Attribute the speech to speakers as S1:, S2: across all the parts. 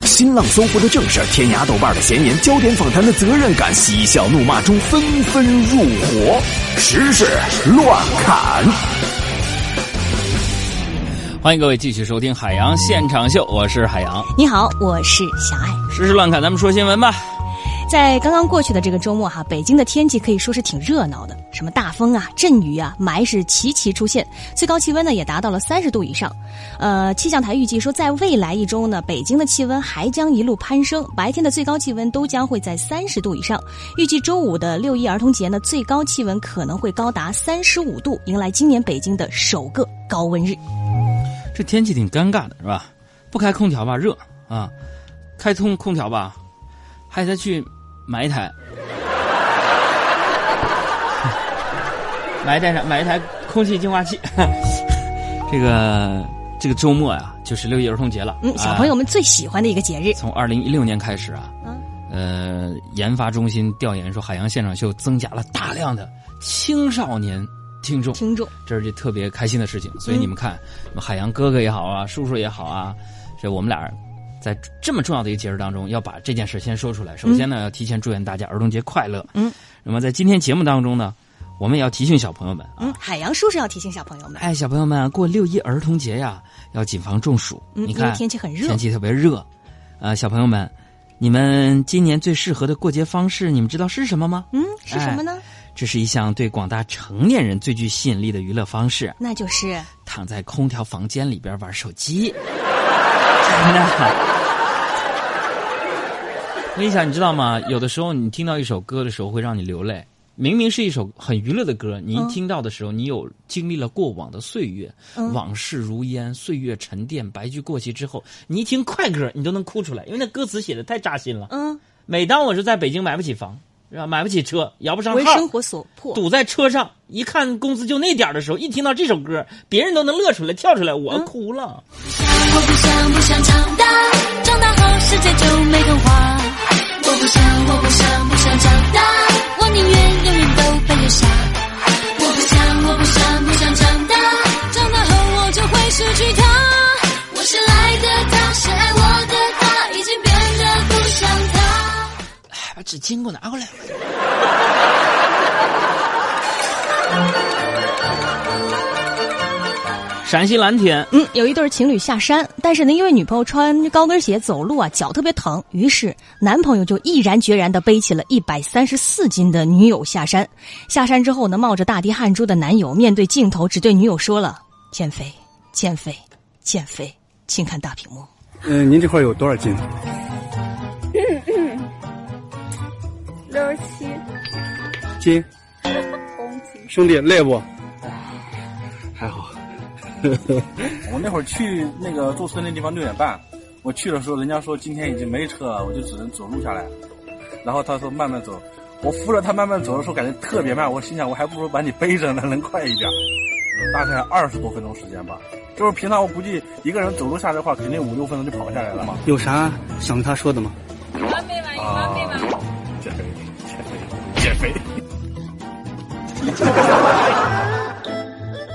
S1: 新浪搜狐的正事儿，天涯豆瓣的闲言，焦点访谈的责任感，嬉笑怒骂中纷纷入伙，时事乱砍。
S2: 欢迎各位继续收听《海洋现场秀》，我是海洋。
S3: 你好，我是小爱。
S2: 时事乱砍，咱们说新闻吧。
S3: 在刚刚过去的这个周末哈、北京的天气可以说是挺热闹的，什么大风啊、阵雨啊、霾是齐齐出现，最高气温呢也达到了三十度以上。呃，气象台预计说，在未来一周呢，北京的气温还将一路攀升，白天的最高气温都将会在三十度以上。预计周五的六一儿童节呢，最高气温可能会高达三十五度，迎来今年北京的首个高温日。
S2: 这天气挺尴尬的，是吧？不开空调吧热啊，开通空调吧，还得去买一台， 买一台啥？买一台空气净化器。 这个这个周末呀、就是六一儿童节了。
S3: 嗯，小朋
S2: 啊
S3: 友们最喜欢的一个节日。
S2: 从二零一六年开始啊，
S3: 嗯
S2: 呃，研发中心调研说，海洋现场秀增加了大量的青少年听众，
S3: 听嗯众，
S2: 这是件特别开心的事情。所以你们看，什么海洋哥哥也好啊，叔叔也好啊，这我们俩在这么重要的一个节日当中，要把这件事先说出来。首先呢，要提前祝愿大家儿童节快乐。
S3: 嗯，
S2: 那么在今天节目当中呢，我们也要提醒小朋友们啊，
S3: 嗯，海洋叔叔要提醒小朋友们，
S2: 哎，小朋友们啊，过六一儿童节呀，要谨防中暑。
S3: 嗯，
S2: 你
S3: 因为
S2: 看
S3: 天气很热，
S2: 天气特别热，呃，小朋友们，你们今年最适合的过节方式，你们知道是什么吗？
S3: 嗯，是什么呢？
S2: 这是一项对广大成年人最具吸引力的娱乐方式
S3: 那就是
S2: ——躺在空调房间里边玩手机。真的。丽莎，你知道吗？有的时候你听到一首歌的时候会让你流泪，明明是一首很娱乐的歌，你一
S3: 嗯
S2: 听到的时候，你有经历了过往的岁月，
S3: 嗯
S2: 往事如烟，岁月沉淀，白驹过隙之后，你一听快歌，你都能哭出来，因为那歌词写的太扎心了。
S3: 嗯，
S2: 每当我是在北京买不起房，是吧？买不起车，摇不上
S3: 为
S2: 号，
S3: 生活所迫。
S2: 堵在车上，一看工资就那点儿的时候，一听到这首歌，别人都能乐出来、跳出来，我哭了。
S4: 我不想不想长大，长大后世界就没童话。我不想我不想不想长大，我宁愿永远都笨又傻。我不想我不想不想长大，长大后我就会失去他。我是来的他，是爱我的他，已经变得不像他。
S2: 哎，把纸巾给我拿过来。陕西蓝天，
S3: 嗯，有一对情侣下山，但是呢，因为女朋友穿高跟鞋走路啊，脚特别疼，于是男朋友就毅然决然的背起了一百三十四斤的女友下山。下山之后呢，冒着大滴汗珠的男友面对镜头，只对女友说了：“减肥，减肥，减肥，请看大屏幕。
S5: 嗯，您这块有多少斤？
S6: 六十七
S5: 斤？
S6: 公斤，
S5: 兄弟累不？还好。
S7: 我那会儿去那个住宿那地方六点半，我去的时候，人家说今天已经没车了，我就只能走路下来。然后他说慢慢走，我扶着他慢慢走的时候，感觉特别慢。我心想，我还不如把你背着呢，能快一点。大概二十多分钟时间吧，就是平常我估计一个人走路下来的话，肯定五六分钟就跑下来了嘛。
S5: 有啥想他说的吗？
S7: 啊，减肥，减肥，减肥。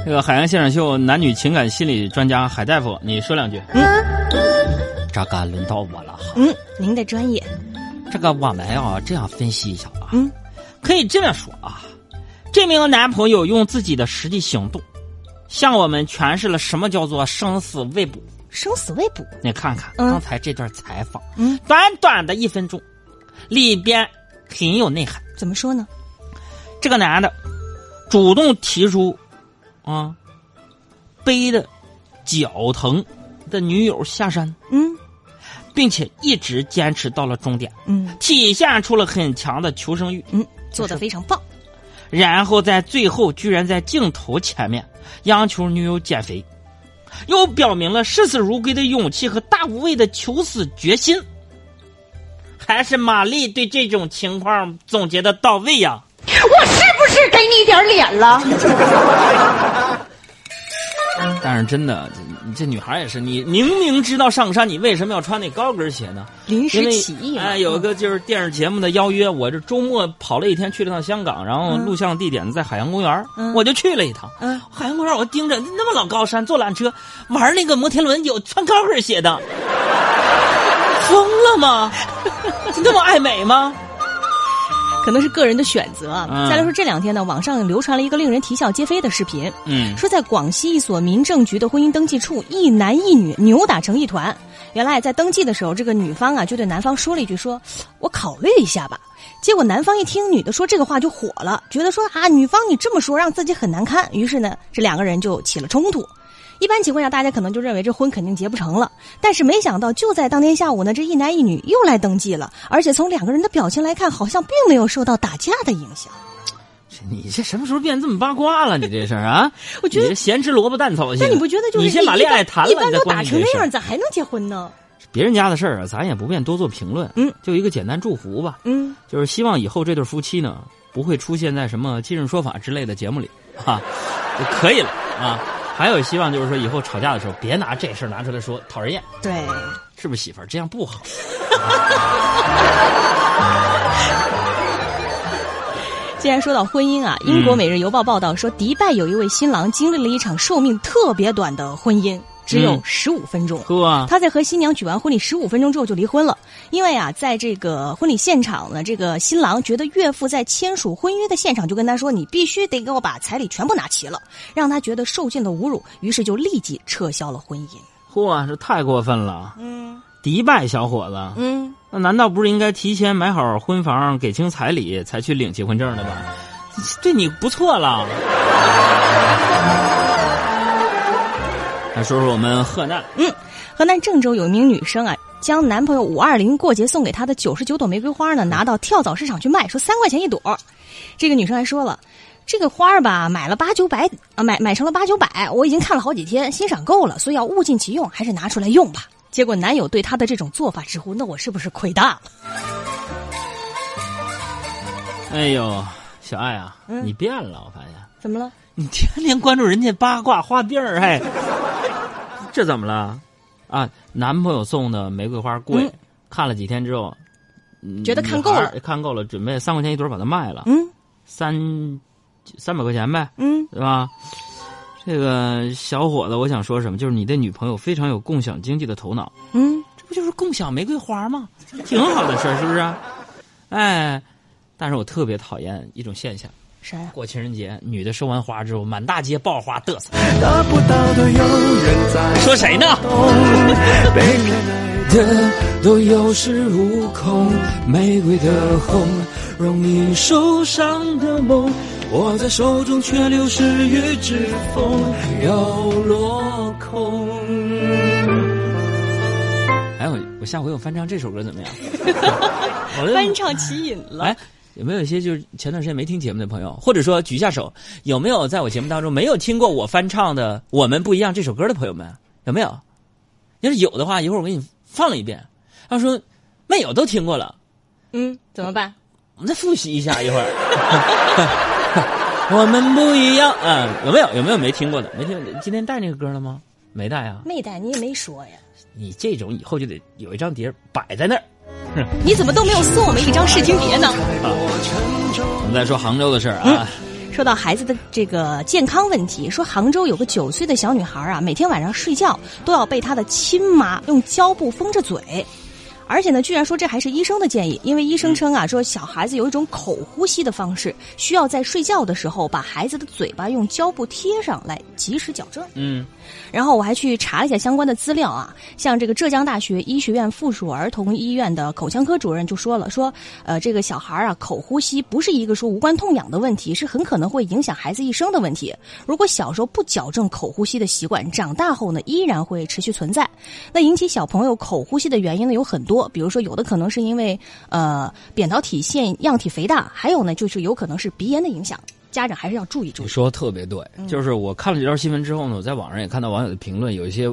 S2: 这个海洋现场秀男女情感心理专家海大夫，你说两句。这个轮到我了哈。”
S3: 嗯，您的专业，
S2: 这个我们啊，这样分析一下啊，
S3: 嗯，
S2: 可以这样说啊，这名男朋友用自己的实际行动，向我们诠释了什么叫做生死未卜。
S3: 生死未卜。
S2: 你看看
S3: 嗯
S2: 刚才这段采访，
S3: 嗯，
S2: 短短的一分钟，里边很有内涵。
S3: 怎么说呢？
S2: 这个男的主动提出，啊，背的脚疼的女友下山，
S3: 嗯
S2: 并且一直坚持到了终点，
S3: 嗯
S2: 体现出了很强的求生欲。
S3: 嗯，做的非常棒。
S2: 然后在最后居然在镜头前面央求女友减肥，又表明了视死如归的勇气和大无畏的求死决心。还是玛丽对这种情况总结的到位呀、
S8: 我是不是给你点脸了？
S2: 但是真的，这这女孩也是，你明明知道上山，你为什么要穿那高跟鞋呢？
S3: 临
S2: 因
S3: 时
S2: 为
S3: 起意嘛
S2: 哎，有一个就是电视节目的邀约，我这周末跑了一天，去了趟香港，然后录像地点在海洋公园，
S3: 嗯
S2: 我就去了一趟。
S3: 嗯
S2: 海洋公园我盯着那么老高山，坐缆车玩那个摩天轮，有穿高跟鞋的，疯了吗？你那么爱美吗？
S3: 可能是个人的选择啊。
S2: 嗯
S3: 再来说这两天呢，网上流传了一个令人啼笑皆非的视频，
S2: 嗯
S3: 说在广西一所民政局的婚姻登记处，一男一女扭打成一团。原来在登记的时候，这个女方啊就对男方说了一句说：“我考虑一下吧。”结果男方一听女的说这个话就火了，觉得说啊女方你这么说让自己很难堪，于是呢这两个人就起了冲突。一般情况下，大家可能就认为这婚肯定结不成了，但是没想到就在当天下午呢，这一男一女又来登记了，而且从两个人的表情来看，好像并没有受到打架的影响。
S2: 你这什么时候变这么八卦了？你这是啊？
S3: 我觉得
S2: 你这咸吃萝卜淡操心。啊
S3: 那你不觉得就是
S2: 你先把
S3: 一
S2: 恋
S3: 般
S2: 爱谈了，
S3: 一般
S2: 你再
S3: 都
S2: 关
S3: 打
S2: 心
S3: 成
S2: 这
S3: 那
S2: 事
S3: 样，
S2: 儿。
S3: 咋还能结婚呢？
S2: 别人家的事儿啊，咱也不便多做评论。
S3: 嗯，
S2: 就一个简单祝福吧。
S3: 嗯，
S2: 就是希望以后这对夫妻呢，不会出现在什么《今日说法》之类的节目里，哈、就可以了啊。还有希望就是说，以后吵架的时候别拿这事儿拿出来说，讨人厌，
S3: 对，
S2: 是不是媳妇儿？这样不好。
S3: 既然说到婚姻啊，英
S2: 嗯
S3: 国《每日邮报》报道说，迪拜有一位新郎经历了一场寿命特别短的婚姻，只有
S2: 嗯
S3: 十五分钟。
S2: 哥啊，
S3: 他在和新娘举完婚礼十五分钟之后就离婚了，因为啊，在这个婚礼现场呢，这个新郎觉得岳父在签署婚约的现场就跟他说：“你必须得给我把彩礼全部拿齐了。”让他觉得受尽了侮辱，于是就立即撤销了婚姻。
S2: 嚯，啊这太过分了！
S3: 嗯
S2: 迪拜小伙子，
S3: 嗯，
S2: 那难道不是应该提前买好婚房，给清彩礼，才去领结婚证的吗？对你不错了。来说说我们河南，
S3: 河南郑州有一名女生啊，将男朋友五二零过节送给她的九十九朵玫瑰花呢，
S2: 嗯
S3: 拿到跳蚤市场去卖，说三块钱一朵。这个女生还说了。这个花儿吧，买了八九百啊，买买成了八九百，我已经看了好几天，欣赏够了，所以要物尽其用，还是拿出来用吧。结果男友对她的这种做法直呼：“那我是不是亏大了
S2: 哎呦，小爱啊，你变了，我发现？”
S3: 怎么了？
S2: 你天天关注人家八卦花店儿，哎， 这怎么了？啊，男朋友送的玫瑰花贵，
S3: 嗯
S2: 看了几天之后，嗯
S3: 觉得看够了，
S2: 女孩儿看够了，准备三块钱一朵把它卖了，
S3: 嗯
S2: 三三百块钱呗，
S3: 嗯，
S2: 对吧？这个小伙子，我想说什么，就是你的女朋友非常有共享经济的头脑，
S3: 嗯，
S2: 这不就是共享玫瑰花吗？挺好的事儿，是不是？哎，但是我特别讨厌一种现象。
S3: 谁呀、
S2: 过情人节，女的收完花之后，满大街爆花嘚瑟，
S1: 得不到的有人在
S2: 说谁呢？
S1: 被偏爱的都有恃无恐，玫瑰的红，容易受伤的梦，握在手中却流失于指缝，又落空。哎，我我下回我翻唱这首歌怎么 样？我
S2: 嗯
S1: 的
S3: 翻唱起瘾了。
S2: 哎，有没有一些就是前段时间没听节目的朋友，或者说举一下手，有没有在我节目当中没有听过我翻唱的《我们不一样》这首歌的朋友们？有没有？要是有的话，一会儿我给你放了一遍。要说没有都听过了，
S3: 嗯，怎么办？
S2: 我们再复习一下一会儿。 我们不一样啊、有没有？有没有没听过的？没听过的？今天带那个歌了吗？没带啊！
S3: 妹带你也没说呀，
S2: 你这种以后就得有一张碟儿摆在那儿。
S3: 你怎么都没有送我们一张试听碟呢？
S2: 我们再说杭州的事儿啊。
S3: 说到孩子的这个健康问题，说杭州有个九岁的小女孩啊，每天晚上睡觉都要被她的亲妈用胶布封着嘴，而且呢，居然说这还是医生的建议，因为医生称啊，说小孩子有一种口呼吸的方式，需要在睡觉的时候把孩子的嘴巴用胶布贴上来及时矫正。
S2: 嗯
S3: 然后我还去查了一下相关的资料啊，像这个浙江大学医学院附属儿童医院的口腔科主任就说了，说呃这个小孩儿啊口呼吸不是一个说无关痛痒的问题，是很可能会影响孩子一生的问题。如果小时候不矫正口呼吸的习惯，长大后呢依然会持续存在。那引起小朋友口呼吸的原因呢有很多，比如说有的可能是因为呃扁桃体腺样体肥大，还有呢就是有可能是鼻炎的影响，家长还是要注意注嗯
S2: 你
S3: 意。
S2: 说的特别对，就是我看了这条新闻之后呢，我在网上也看到网友的评论，有一些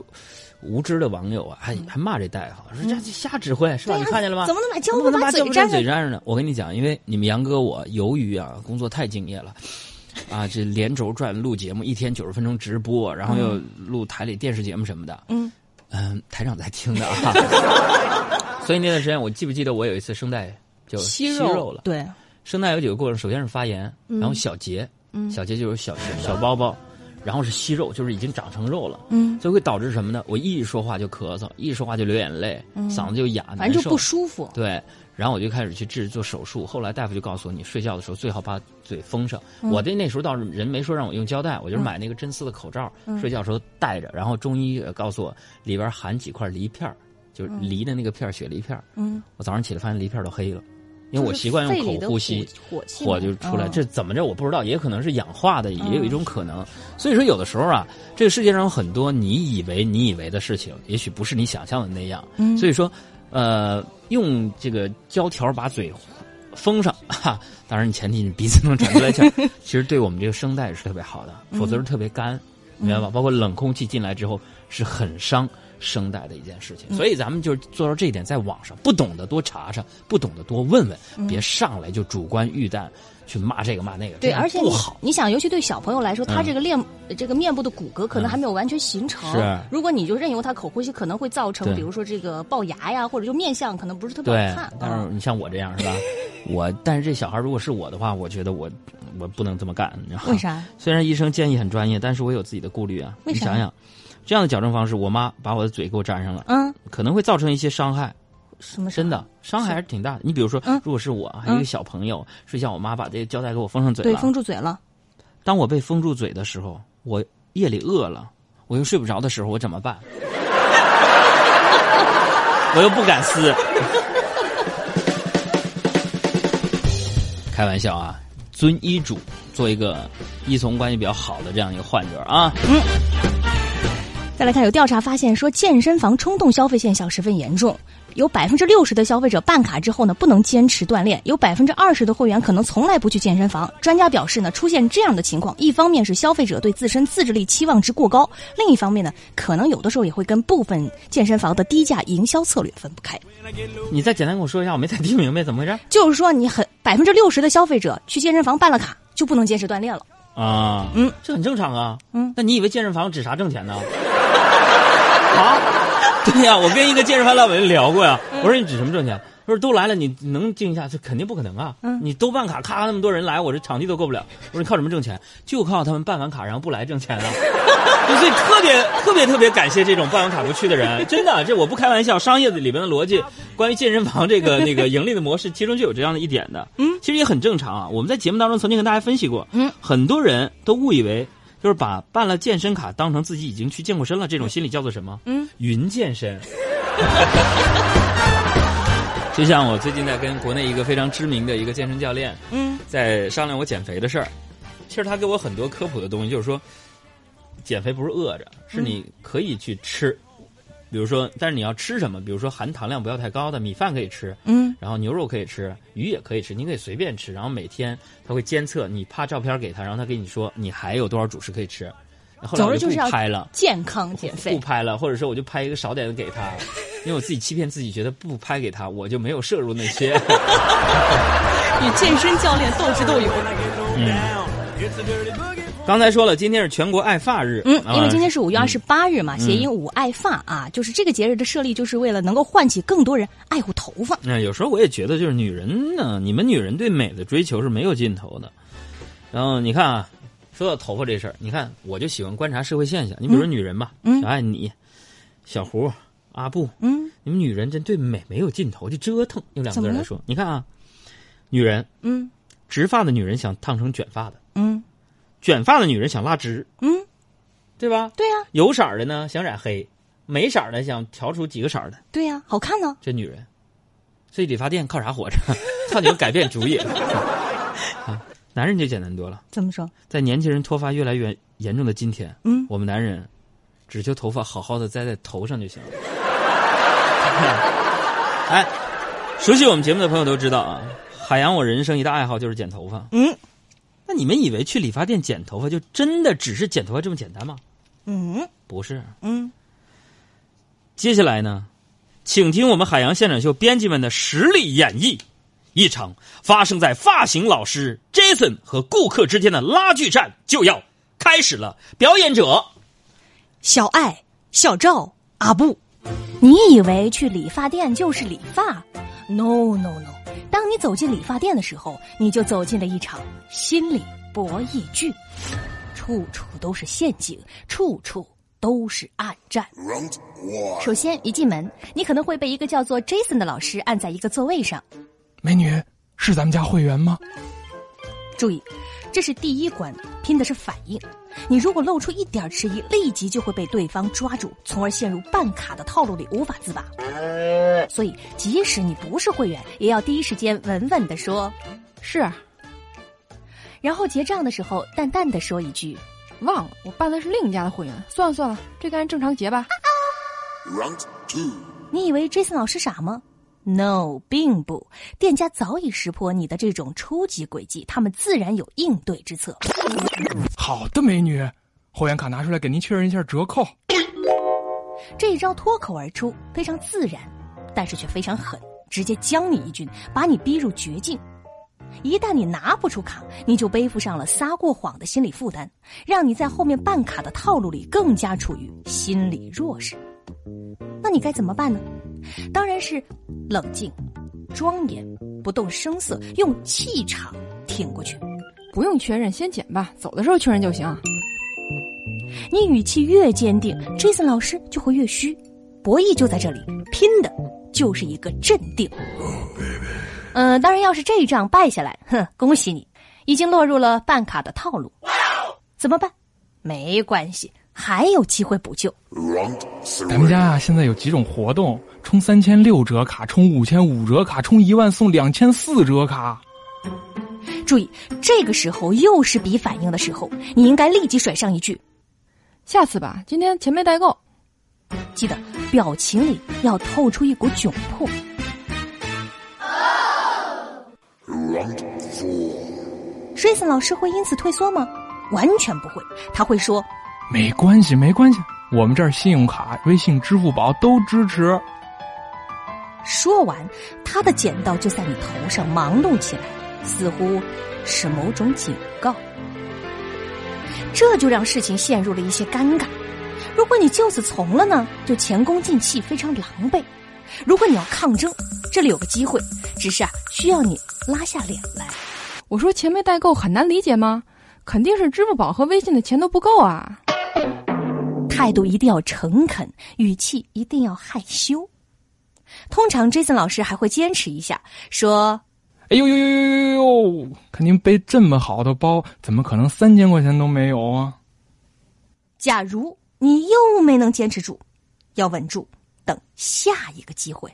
S2: 无知的网友啊，还还骂这大夫，说这这瞎指挥是吧？
S3: 嗯对呀
S2: 你看见了吗？
S3: 怎么能把胶布
S2: 怎么能
S3: 把
S2: 把
S3: 嘴
S2: 胶布粘
S3: 粘上
S2: 嘴粘上呢？我跟你讲，因为你们杨哥我由于啊工作太敬业了。啊，这连轴转录节目，一天九十分钟直播，然后又录台里电视节目什么的。
S3: 嗯
S2: 嗯，台长在听的 啊。所以那段时间，我记不记得我有一次声带就息肉了？
S3: 对，嗯
S2: 声带有几个过程，首先是发炎，然后小结，小结就是小小小包包，然后是息肉，就是已经长成肉了，
S3: 嗯，
S2: 所以会导致什么呢？我一说话就咳嗽，一说话就流眼泪，嗓子就哑，
S3: 嗯反
S2: 难
S3: 正就
S2: 受
S3: 不舒服。
S2: 对，然后我就开始去治做手术。后来大夫就告诉我，你睡觉的时候最好把嘴封上。
S3: 嗯
S2: 我的那时候倒是人没说让我用胶带，我就是买那个真丝的口罩，
S3: 嗯
S2: 睡觉的时候戴着。然后中医呃告诉我里边含几块梨片儿就是梨的那个片儿雪梨片儿
S3: 嗯，
S2: 我早上起来发现梨片儿都黑了，因为
S3: 就
S2: 我
S3: 是
S2: 习惯
S3: 肺里
S2: 用
S3: 的
S2: 口呼吸，
S3: 火气
S2: 火
S3: 嘛
S2: 就出来。
S3: 嗯
S2: 这怎么着我不知道，也可能是氧化的，也有一种可能。所以说，有的时候啊，这个世界上有很多你以为你以为的事情，也许不是你想象的那样。
S3: 嗯
S2: 所以说，呃，用这个胶条把嘴封上，哈，当然前提你鼻子能喘出来气儿， 其实对我们这个声带是特别好的，否
S3: 嗯
S2: 则是特别干，明白吧？包括冷空气进来之后是很伤。声带的一件事
S3: 嗯
S2: 情，所以咱们就是做到这一点，在网上不懂的多查查，不懂的多问问，
S3: 嗯
S2: 别上来就主观预判去骂这个骂那个，这
S3: 对，
S2: 样
S3: 而且
S2: 不
S3: 你
S2: 好。
S3: 你想，尤其对小朋友来说，他
S2: 嗯
S3: 这个面、这个面部的骨骼可能还没有完全形成。
S2: 是啊
S3: 如果你就任由他口呼吸，可能会造成
S2: 对
S3: 比如说这个龅牙呀，或者就面相可能不是特别
S2: 对
S3: 好看。，
S2: 但是
S3: 嗯
S2: 你像我这样是吧？ 我但是这小孩如果是我的话，我觉得我我不能这么干，你知道吗？
S3: 为？啥？
S2: 虽然医生建议很专业，但是我有自己的顾虑啊。
S3: 为
S2: 你
S3: 啥
S2: 想想，这样的矫正方式，我妈把我的嘴给我粘上了，
S3: 嗯，
S2: 可能会造成一些伤害，
S3: 什么事
S2: 真？的伤害还是挺大的。你比如说
S3: 嗯，
S2: 如果是我还有一个小朋友睡觉，我妈把这个胶带给我封上嘴
S3: 对，
S2: 了，
S3: 封住嘴了。
S2: 当我被封住嘴的时候，我夜里饿了，我又睡不着的时候，我怎么办？ 我又不敢撕。 开玩笑啊，遵医嘱，做一个医从关系比较好的这样一个患者啊。
S3: 再来看，有调查发现说，健身房冲动消费现象十分严重，有百分之六十的消费者办卡之后呢，不能坚持锻炼，有百分之二十的会员可能从来不去健身房。专家表示呢，出现这样的情况，一方面是消费者对自身自制力期望值过高，另一方面呢，可能有的时候也会跟部分健身房的低价营销策略分不开。
S2: 你再简单跟我说一下，我没太听明白怎么回事
S3: 就是说，你很百分之六十的消费者去健身房办了卡，就不能坚持锻炼了。
S2: 啊？
S3: 嗯，
S2: 这很正常啊。
S3: 嗯，
S2: 那你以为健身房指啥挣钱呢？啊？ 对呀、我跟一个健身房老板聊过呀、
S3: 嗯
S2: 我说你指什么挣钱？他说都来了，你能静一下？这肯定不可能啊！
S3: 嗯
S2: 你都办卡，咔那么多人来，我这场地都够不了。我说你靠什么挣钱？就靠他们办完卡然后不来挣 钱啊！就所以特别特别特别感谢这种办完卡不去的人，真的，这我不开玩笑。商业的里边的逻辑，关于健身房这 个那个盈利的模式，其中就有这样的一点的。嗯，其实也很正常啊。我们在节目当中曾经跟大家分析过，
S3: 嗯，
S2: 很多人都误以为就是把办了健身卡当成自己已经去健过身了，这种心理叫做什么？
S3: 嗯，
S2: 云健身。就像我最近在跟国内一个非常知名的一个健身教练，
S3: 嗯，
S2: 在商量我减肥的事儿。其实他给我很多科普的东西，就是说，减肥不是饿着，是你可以去吃，比如说，但是你要吃什么？比如说含糖量不要太高的米饭可以吃，
S3: 嗯，
S2: 然后牛肉可以吃，鱼也可以吃，你可以随便吃。然后每天他会监测，你拍照片给他，然后他给你说你还有多少主食可以吃。然后来
S3: 总
S2: 我
S3: 之就是
S2: 不
S3: 要
S2: 拍了。
S3: 健康减
S2: 不
S3: 肥。
S2: 拍了，或者说我就拍一个少点的给他，因为我自己欺骗自己，觉得不拍给他，我就没有摄入那些。
S3: 与健身教练斗智斗勇。
S2: 刚才说了，今天是全国爱发日，
S3: 嗯，
S2: 啊
S3: 因为今天是五月二十八日嘛，谐音“五爱发”啊，就是这个节日的设立，就是为了能够唤起更多人爱护头发。
S2: 那哎有时候我也觉得，就是女人呢，你们女人对美的追求是没有尽头的。然后你看啊，说到头发这事儿，你看我就喜欢观察社会现象。你比如
S3: 嗯
S2: 说女人吧，小爱你、小胡、阿布，
S3: 嗯，
S2: 你们女人真对美没有尽头，就折腾。用两个
S3: 怎
S2: 字
S3: 么
S2: 儿来
S3: 了
S2: 说，你看啊，女人，
S3: 嗯，
S2: 直发的女人想烫成卷发的，
S3: 嗯，
S2: 卷发的女人想拉直，
S3: 嗯，
S2: 对吧？
S3: 对啊呀、
S2: 有色儿的呢想染黑，没色儿的想调出几个色儿的。
S3: 对呀、好看呢。
S2: 这女人，所以理发店靠啥活着？ 靠你们改变 主意。啊，男人就简单多了。
S3: 怎么说？
S2: 在年轻人脱发越来越严重的今天，
S3: 嗯
S2: 我们男人只求头发好好的栽在头上就行了。 哎，熟悉我们节目的朋友都知道啊，海洋我人生一大爱好就是剪头发。
S3: 嗯
S2: 那你们以为去理发店剪头发就真的只是剪头发这么简单吗？
S3: 嗯
S2: 不是，
S3: 嗯，
S2: 接下来呢，请听我们海洋现场秀编辑们的实力演绎一场发生在发型老师 Jason 和顾客之间的拉锯战就要开始了。表演者，
S3: 小爱、小赵、阿布，你以为去理发店就是理发？No No No！当你走进理发店的时候，你就走进了一场心理博弈剧。处处都是陷阱，处处都是暗战。首先，一进门，你可能会被一个叫做 Jason 的老师按在一个座位上。
S9: 美女，是咱们家会员吗？
S3: 注意，这是第一关，拼的是反应。你如果露出一点迟疑，立即就会被对方抓住，从而陷入办卡的套路里无法自拔。所以，即使你不是会员，也要第一时间稳稳的说“是”，啊然后结账的时候淡淡的说一句
S10: 忘了，我办的是另一家的会员。算了算了，这个按正常结吧。
S3: 你以为 Jason 老师傻吗？No，并不。店家早已识破你的这种初级诡计，他们自然有应对之策。
S9: 好的，美女，会员卡拿出来给您确认一下折扣。
S3: 这一招脱口而出，非常自然，但是却非常狠，直接将你一军，把你逼入绝境。一旦你拿不出卡，你就背负上了撒过谎的心理负担，让你在后面办卡的套路里更加处于心理弱势。那你该怎么办呢？当然是冷静、庄严、不动声色，用气场挺过去。
S10: 不用确认，先减吧，走的时候确认就行。
S3: 你语气越坚定，Jason 老师就会越虚。博弈就在这里，拼的就是一个镇定。嗯、当然，要是这一仗败下来，哼，恭喜你，已经落入了办卡的套路。怎么办？没关系，还有机会补救。
S9: 咱们家啊，现在有几种活动：充三千六折卡，充五千五折卡，充一万送两千四折卡。
S3: 注意，这个时候又是比反应的时候，你应该立即甩上一句，
S10: 下次吧，今天钱没带够。
S3: 记得表情里要透出一股窘迫。Jason 老师会因此退缩吗？完全不会，他会说
S9: 没关系，没关系，我们这儿信用卡、微信、支付宝都支持。
S3: 说完，他的剪刀就在你头上忙碌起来，似乎是某种警告。这就让事情陷入了一些尴尬。如果你就此从了呢，就前功尽弃，非常狼狈；如果你要抗争，这里有个机会，只是啊，需要你拉下脸来。
S10: 我说钱没带够，很难理解吗？肯定是支付宝和微信的钱都不够啊。
S3: 态度一定要诚恳，语气一定要害羞。通常 Jason 老师还会坚持一下，说
S9: 哎呦呦呦呦呦呦！看您背这么好的包，怎么可能三千块钱都没有啊？：“
S3: 假如你又没能坚持住，要稳住，等下一个机会。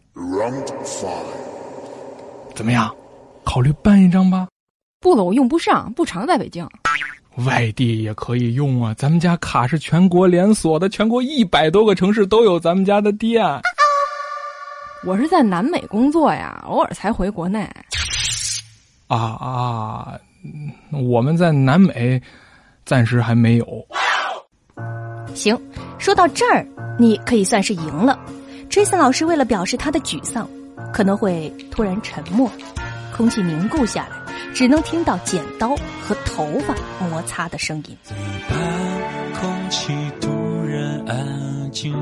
S9: 怎么样，考虑办一张吧？
S10: 不了，我用不上，不常在北京。
S9: 外地也可以用啊，咱们家卡是全国连锁的，全国一百多个城市都有咱们家的店。啊
S10: 我是在南美工作呀，偶尔才回国内。
S9: 啊啊，嗯我们在南美暂时还没有。”
S3: 行，说到这儿，你可以算是赢了。Jason 老师为了表示他的沮丧，可能会突然沉默，空气凝固下来，只能听到剪刀和头发摩擦的声音。
S1: 怎般空气突然安静？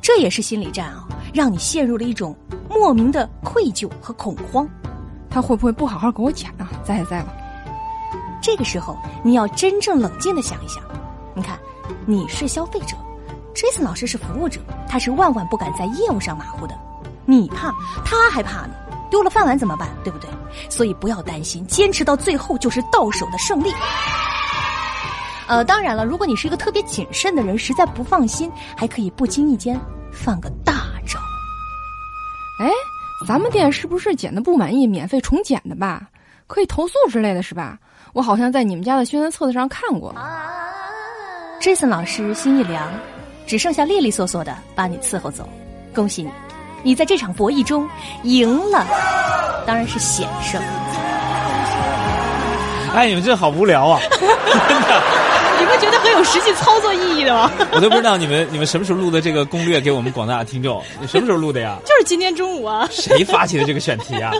S3: 这也是心理战啊，让你陷入了一种莫名的愧疚和恐慌。
S10: 他会不会不好好给我钱呢、啊？栽也栽了。
S3: 这个时候，你要真正冷静的想一想，你看，你是消费者，Jason 老师是服务者，他是万万不敢在业务上马虎的。你怕，他还怕呢，丢了饭碗怎么办？对不对？所以不要担心，坚持到最后就是到手的胜利。呃，当然了，如果你是一个特别谨慎的人，实在不放心，还可以不经意间放个大招。
S10: 哎，咱们店是不是剪的不满意，免费重剪的吧？可以投诉之类的是吧？我好像在你们家的宣传册子上看过。
S3: Jason 老师心一凉，只剩下利利索索的把你伺候走。恭喜你，你在这场博弈中赢了，当然是险胜。
S2: 哎，你们这好无聊啊！
S3: 你不觉得很有实际操作意义的吗？
S2: 我都不知道你们你们什么时候录的这个攻略给我们广大的听众，你什么时候录的 呀？
S3: 就是今天中午啊，
S2: 谁发起的这个选题啊？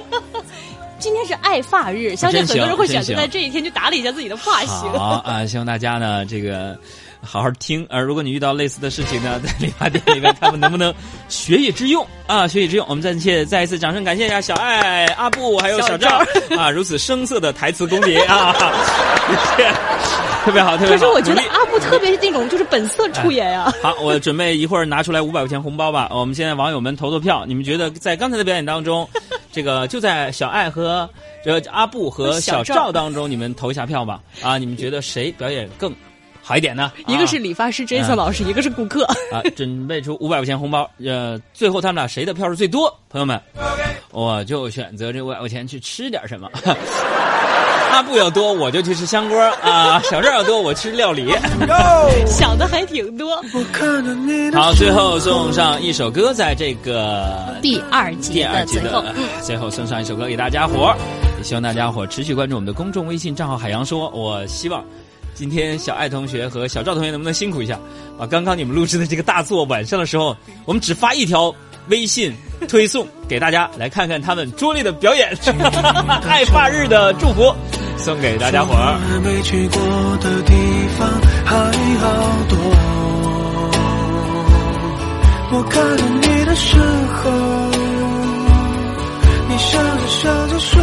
S3: 今天是爱发
S2: 呃
S3: 日，相信很多人会选择在这一天去打理一下自己的发型。
S2: 好啊、希望大家呢这个。好好听。呃，如果你遇到类似的事情呢，在理发店里面，他们能不能学以致用啊？学以致用。我们再切再一次掌声感谢一下小爱、阿布还有小赵啊，如此生涩的台词功底啊，谢谢特别好，特别好。
S3: 可是我觉
S2: 努
S3: 得
S2: 力
S3: 阿布特别是那种就是本色出演啊呀、
S2: 好，我准备一会儿拿出来五百块钱红包吧。哦我们现在网友们投投票，你们觉得在刚才的表演当中， 这个就在小爱和这个阿布和小
S3: 小
S2: 赵
S3: 赵
S2: 当中，你们投一下票吧。啊，你们觉得谁表演更好一点呢？
S3: 一个
S2: 啊
S3: 是理发师 Jason 老师，一个是顾客。
S2: 啊，准备出五百块钱红包。呃，最后他们俩谁的票数最多？朋友们，我就选择这五百块钱去吃点什么。 阿布要多，我就去吃香锅啊；小赵要多，我吃料理。
S3: 想的还挺多。
S2: 好，最后送上一首歌，在这个
S3: 第二
S2: 第
S3: 集
S2: 二
S3: 的
S2: 集
S3: 最
S2: 的
S3: 后，嗯
S2: 呃最后送上一首歌给大家伙儿，也希望大家伙儿持续关注我们的公众微信账号“海洋说”。我希望今天小爱同学和小赵同学能不能辛苦一下，把刚刚你们录制的这个大作晚上的时候，我们只发一条微信推 送给大家，来看看他们拙劣的表演。 爱发日的祝福送给大家伙儿。
S1: 还没去过的地方还好多。我看到你的时候，你笑着笑着说